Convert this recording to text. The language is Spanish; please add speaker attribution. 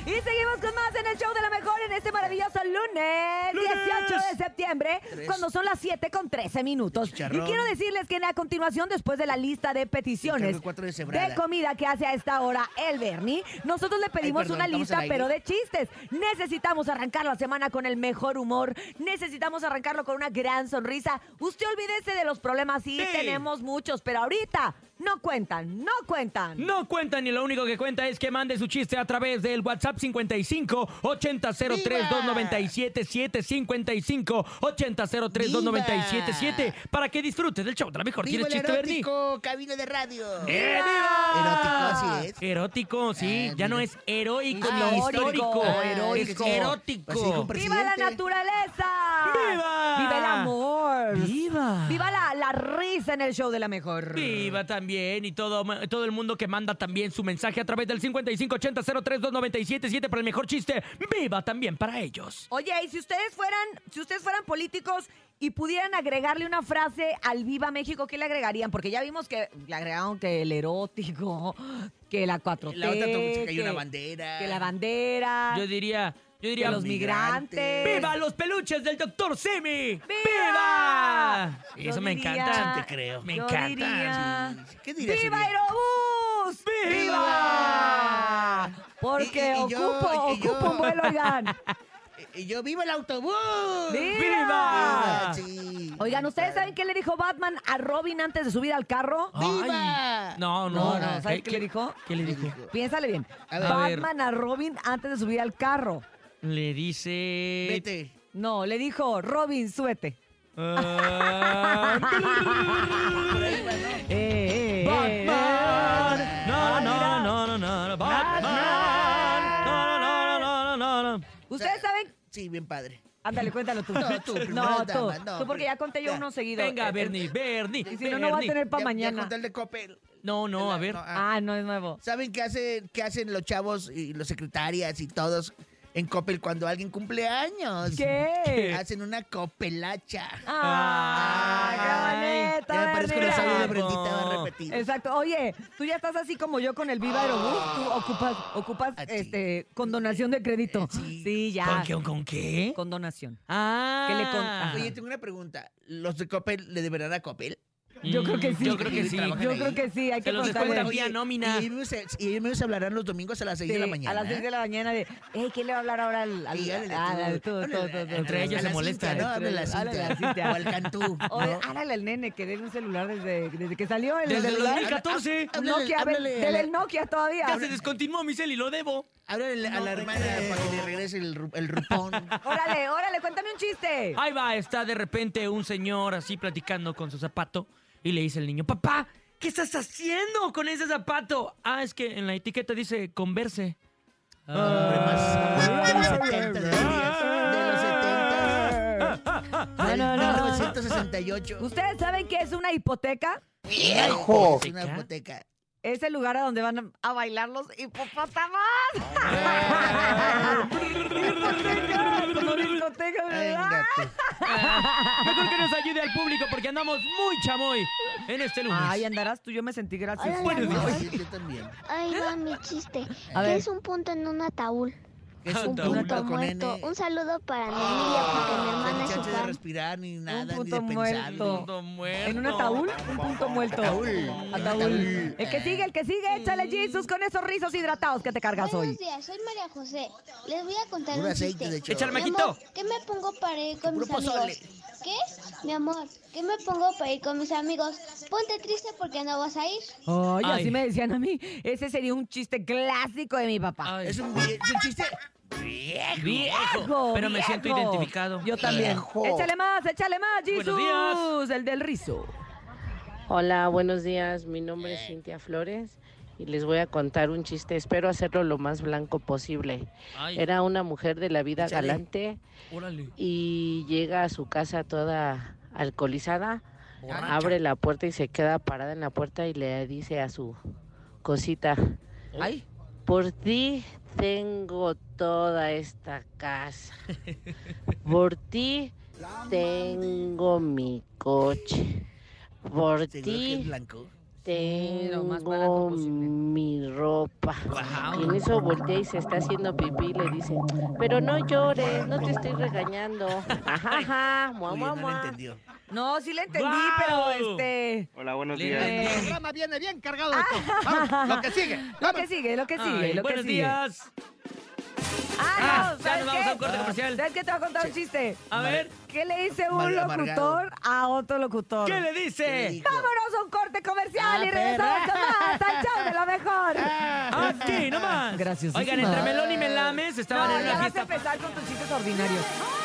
Speaker 1: Y seguimos con más en el show de la mejor en este maravilloso lunes,
Speaker 2: ¡Lunes!
Speaker 1: 18 de septiembre, cuando son las 7 con 13 minutos. Y
Speaker 2: Chicharrón.
Speaker 1: quiero decirles que a continuación, después de la lista de peticiones
Speaker 2: Carne cuatro de cebrada.
Speaker 1: de comida que hace a esta hora el Bernie, nosotros le pedimos
Speaker 2: perdón,
Speaker 1: una
Speaker 2: ¿estamos
Speaker 1: lista,
Speaker 2: al aire?
Speaker 1: pero de chistes. Necesitamos arrancar la semana con el mejor humor, necesitamos arrancarlo con una gran sonrisa. Usted olvídese de los problemas, sí,
Speaker 2: Sí.
Speaker 1: tenemos muchos, pero ahorita no cuentan, no cuentan.
Speaker 3: No cuentan y lo único que cuenta es que mande su chiste a través del WhatsApp 55 8003 2977 55 8003 2977 para que disfrute del show de la mejor.
Speaker 2: Vivo
Speaker 3: ¿Tienes
Speaker 2: el
Speaker 3: chiste, Bernie?
Speaker 2: erótico, cabina de radio.
Speaker 3: ¡Eh,
Speaker 2: Erótico,
Speaker 3: viva!
Speaker 2: así es.
Speaker 3: Erótico, sí.
Speaker 2: Ah,
Speaker 3: ya no
Speaker 2: mira.
Speaker 3: es heroico
Speaker 1: Ah,
Speaker 3: ni
Speaker 1: histórico.
Speaker 3: histórico.
Speaker 1: Ah,
Speaker 3: es
Speaker 1: erótico.
Speaker 2: Así dijo
Speaker 3: erótico.
Speaker 2: un Pues pre-
Speaker 1: ¡Viva la
Speaker 2: Presidente.
Speaker 1: naturaleza!
Speaker 3: ¡Viva!
Speaker 1: ¡Viva el amor!
Speaker 3: ¡Viva!
Speaker 1: ¡Viva la, la risa en el show de la mejor!
Speaker 3: Viva también y todo, todo el mundo que manda también su mensaje a través del 5580-032977 para el mejor chiste. Viva también para ellos.
Speaker 1: Oye, y si ustedes fueran, si ustedes fueran políticos y pudieran agregarle una frase al Viva México, ¿qué le agregarían? Porque ya vimos que le agregaron que el erótico, que la 4T,
Speaker 2: La otra tuvo- se
Speaker 1: que,
Speaker 2: cayó una bandera.
Speaker 1: que la bandera,
Speaker 3: Yo diría, yo
Speaker 1: que
Speaker 3: diría,
Speaker 1: los migrantes.
Speaker 3: ¡Viva los peluches del doctor Simi! ¡Viva!
Speaker 1: Yo
Speaker 3: Eso me
Speaker 1: diría-
Speaker 3: encanta.
Speaker 2: Te creo.
Speaker 3: Me
Speaker 1: yo
Speaker 3: encanta.
Speaker 1: diría,
Speaker 2: sí. ¿Qué dirías,
Speaker 1: ¡Viva
Speaker 2: Uriel?
Speaker 1: Aerobús!
Speaker 2: ¡Viva!
Speaker 1: Porque
Speaker 2: Y- y- y yo-
Speaker 1: ocupo,
Speaker 2: y yo-
Speaker 1: ocupo un vuelo, oigan.
Speaker 2: Y- y yo vivo el autobús.
Speaker 1: ¡Viva!
Speaker 3: ¡Viva!
Speaker 2: Viva, sí.
Speaker 1: Oigan, ¿ustedes saben qué le dijo Batman a Robin antes de subir al carro?
Speaker 3: Ay,
Speaker 2: ¡Viva!
Speaker 3: No,
Speaker 1: No,
Speaker 3: no.
Speaker 1: no, ¿sabes qué le dijo?
Speaker 3: ¿Qué le dijo?
Speaker 1: Piénsale bien.
Speaker 2: A ver.
Speaker 1: Batman a Robin antes de subir al carro.
Speaker 3: Le dice...
Speaker 2: Vete.
Speaker 1: No, le dijo, Robin, súbete.
Speaker 3: Ah,
Speaker 1: Eh, eh, eh.
Speaker 3: Batman. No, no, no, no, no, no. Batman. No, no, no, no, no, no, no.
Speaker 1: Ustedes saben...
Speaker 2: Sí, bien padre.
Speaker 1: Ándale, cuéntalo tú.
Speaker 2: No, tú, primero
Speaker 1: No,
Speaker 2: la
Speaker 1: tú.
Speaker 2: dama, no,
Speaker 1: Tú porque ya conté yo
Speaker 2: ya.
Speaker 1: uno seguido. Eh,
Speaker 3: Venga,
Speaker 1: eh,
Speaker 3: Bernie, Bernie.
Speaker 1: Y si no, no va a
Speaker 3: Bernie.
Speaker 1: tener para
Speaker 2: Ya- Ya
Speaker 1: mañana.
Speaker 2: conté el de Coppel.
Speaker 3: No, no, a ver.
Speaker 2: ah.
Speaker 1: Ah, no, es nuevo.
Speaker 2: ¿Saben qué hacen, qué hacen los chavos y los secretarias y todos en Coppel cuando alguien cumple años?
Speaker 1: ¿Qué?
Speaker 2: Hacen una copelacha.
Speaker 1: Ah, qué
Speaker 3: Ay,
Speaker 1: bonito,
Speaker 2: ya me parece que lo
Speaker 1: Bernie.
Speaker 2: sabe una
Speaker 3: Bravo.
Speaker 2: brendita va a repetir.
Speaker 1: Exacto. Oye, tú ya estás así como yo con el Viva Aerobús. Tú ocupas, ocupas
Speaker 2: Ah, sí.
Speaker 1: este, condonación de crédito.
Speaker 2: Sí.
Speaker 1: Sí,
Speaker 3: ¿Con
Speaker 1: ya.
Speaker 3: qué? ¿Con qué?
Speaker 1: Condonación.
Speaker 3: Ah.
Speaker 1: ¿Qué le conta?
Speaker 2: Oye, tengo una pregunta. ¿Los de Coppel le deberán a Coppel?
Speaker 1: Yo creo que
Speaker 3: Mm,
Speaker 1: sí.
Speaker 3: Yo creo que sí.
Speaker 2: Trabajan
Speaker 1: Yo
Speaker 2: ahí.
Speaker 1: creo que sí, hay
Speaker 3: Se
Speaker 1: que
Speaker 3: los
Speaker 1: contarle.
Speaker 3: descuentan. Vía nómina.
Speaker 2: Y ellos, se- y ellos hablarán los domingos a las 6 de la
Speaker 1: Sí,
Speaker 2: mañana. ¿eh?
Speaker 1: A las 6 de la mañana de, hey, ¿quién le va a hablar ahora al... al-
Speaker 2: Sí, háblale
Speaker 1: al- al-
Speaker 2: tú,
Speaker 1: tú,
Speaker 2: háblale
Speaker 1: tú,
Speaker 2: a-
Speaker 1: tú, tú,
Speaker 2: a-
Speaker 1: tú,
Speaker 3: entre
Speaker 2: a
Speaker 3: ellos se
Speaker 2: la Cintia,
Speaker 3: molestan.
Speaker 2: ¿no? Háblale a la
Speaker 1: Háblale a la
Speaker 2: Cintia.
Speaker 1: Cintia.
Speaker 2: O al Cantú.
Speaker 1: O-
Speaker 2: ¿no?
Speaker 1: háblale al nene que denle un celular desde, desde que salió el
Speaker 3: Desde el
Speaker 1: celular.
Speaker 3: 2014.
Speaker 1: Un Nokia, a ver,
Speaker 2: háblale a
Speaker 1: dele
Speaker 2: la-
Speaker 1: el Nokia todavía.
Speaker 3: Ya se descontinuó mi cel y lo debo.
Speaker 2: Háblale a la hermana para que le regrese el, ru- el rupón.
Speaker 1: Órale, órale, cuéntame un chiste.
Speaker 3: Ahí va, está de repente un señor así platicando con su zapato y le dice el niño, papá, ¿qué estás haciendo con ese zapato? Ah, es que en la etiqueta dice converse.
Speaker 2: Ah. Hombre, más- de los 70, dirías. De los 70.
Speaker 1: No, no, no.
Speaker 2: 1968.
Speaker 1: ¿Ustedes saben qué es una hipoteca?
Speaker 2: ¡Viejo! pues, Es una hipoteca.
Speaker 1: Es el lugar a donde van a bailar los hipopótamos. Una discoteca, ¿verdad?
Speaker 2: Véngate.
Speaker 3: Mejor que nos ayude al público porque andamos muy chamoy en este lunes.
Speaker 1: Ay, andarás tú, yo me sentí gracioso.
Speaker 4: Ay, ay, ay.
Speaker 2: Sí, yo también.
Speaker 4: Ahí va mi chiste.
Speaker 1: A
Speaker 4: ¿Qué
Speaker 1: ver.
Speaker 4: es un punto en un ataúd?
Speaker 2: Es un
Speaker 3: Ataúd.
Speaker 2: punto
Speaker 4: Punto
Speaker 2: con
Speaker 4: muerto.
Speaker 2: N.
Speaker 4: Un saludo para mi Emilia, porque mi
Speaker 2: No
Speaker 4: hermana
Speaker 2: hay
Speaker 4: es su
Speaker 2: chance de
Speaker 4: fan.
Speaker 2: respirar ni nada, ni de
Speaker 1: punto muerto.
Speaker 2: pensarlo.
Speaker 3: Todo muerto.
Speaker 1: ¿En un ataúd? Un punto muerto.
Speaker 2: Ataúd.
Speaker 1: Ataúd.
Speaker 2: Ataúd.
Speaker 1: El que sigue, el que sigue, échale Jesus con esos rizos hidratados que te cargas hoy.
Speaker 5: Buenos días, soy María José. Les voy a contar
Speaker 2: Puro
Speaker 5: un
Speaker 2: aceite
Speaker 5: chiste.
Speaker 2: de chorro.
Speaker 3: Échale,
Speaker 5: Mi
Speaker 3: Maquito.
Speaker 5: amor, ¿Qué me pongo para ir con
Speaker 2: Puro
Speaker 5: mis amigos?
Speaker 2: pozole.
Speaker 5: ¿Qué? Mi amor, ¿qué me pongo para ir con mis amigos? Ponte triste porque no vas a ir.
Speaker 1: Ay, así
Speaker 3: Ay.
Speaker 1: me decían a mí. Ese sería un chiste clásico de mi papá.
Speaker 3: Ay,
Speaker 2: Es un, es un chiste viejo.
Speaker 1: Viejo,
Speaker 3: Pero me siento
Speaker 1: viejo.
Speaker 3: identificado.
Speaker 1: Yo también.
Speaker 2: Viejo.
Speaker 1: Échale más, échale más,
Speaker 3: Buenos días.
Speaker 1: Jesus. El del rizo.
Speaker 6: Hola, buenos días. Mi nombre es Cintia Flores y les voy a contar un chiste. Espero hacerlo lo más blanco posible.
Speaker 3: Ay,
Speaker 6: Era una mujer de la vida
Speaker 2: Échale.
Speaker 6: galante
Speaker 3: órale.
Speaker 6: y llega a su casa toda alcoholizada,
Speaker 2: Ah,
Speaker 6: abre la puerta y se queda parada en la puerta y le dice a su cosita,
Speaker 1: Ay.
Speaker 6: por ti tengo toda esta casa, por ti tengo mi coche, por
Speaker 2: Seguro que
Speaker 6: ti
Speaker 2: es blanco.
Speaker 1: Sí, lo más barato
Speaker 6: Tengo
Speaker 1: posible.
Speaker 6: mi ropa.
Speaker 3: Guau.
Speaker 6: Y en eso voltea y se está haciendo pipí y le dice, pero no llores, no te estoy regañando. Ajá, ajá, mua,
Speaker 2: Uy,
Speaker 6: mua,
Speaker 2: no lo
Speaker 6: mua.
Speaker 2: entendió.
Speaker 1: No, sí le entendí,
Speaker 3: ¡Guau!
Speaker 1: pero este.
Speaker 7: Hola, buenos días.
Speaker 3: Libre.
Speaker 2: El programa viene bien cargado de todo. Vamos, lo que sigue.
Speaker 1: Lo
Speaker 2: Vamos.
Speaker 1: que sigue, lo que sigue,
Speaker 3: Ay,
Speaker 1: lo que
Speaker 3: buenos
Speaker 1: sigue.
Speaker 3: días.
Speaker 1: Ah,
Speaker 3: Ah,
Speaker 1: no,
Speaker 3: ya
Speaker 1: ¿sabes
Speaker 3: nos vamos
Speaker 1: qué?
Speaker 3: a un corte comercial.
Speaker 1: ¿Sabes qué te voy a contar un chiste?
Speaker 3: A ver,
Speaker 1: ¿Qué le dice un
Speaker 2: Mal amargado.
Speaker 1: locutor a otro locutor?
Speaker 3: ¿qué le dice?
Speaker 2: Sí.
Speaker 1: ¡Vámonos a un corte comercial
Speaker 2: Ah,
Speaker 1: y regresamos con más! ¡Al show de la mejor!
Speaker 3: Aquí nomás.
Speaker 1: Graciosísima.
Speaker 3: Oigan, entre Melón y Melames estaban
Speaker 1: no,
Speaker 3: en
Speaker 1: ya
Speaker 3: una
Speaker 1: vas a
Speaker 3: fiesta.
Speaker 1: empezar con tus chistes ordinarios.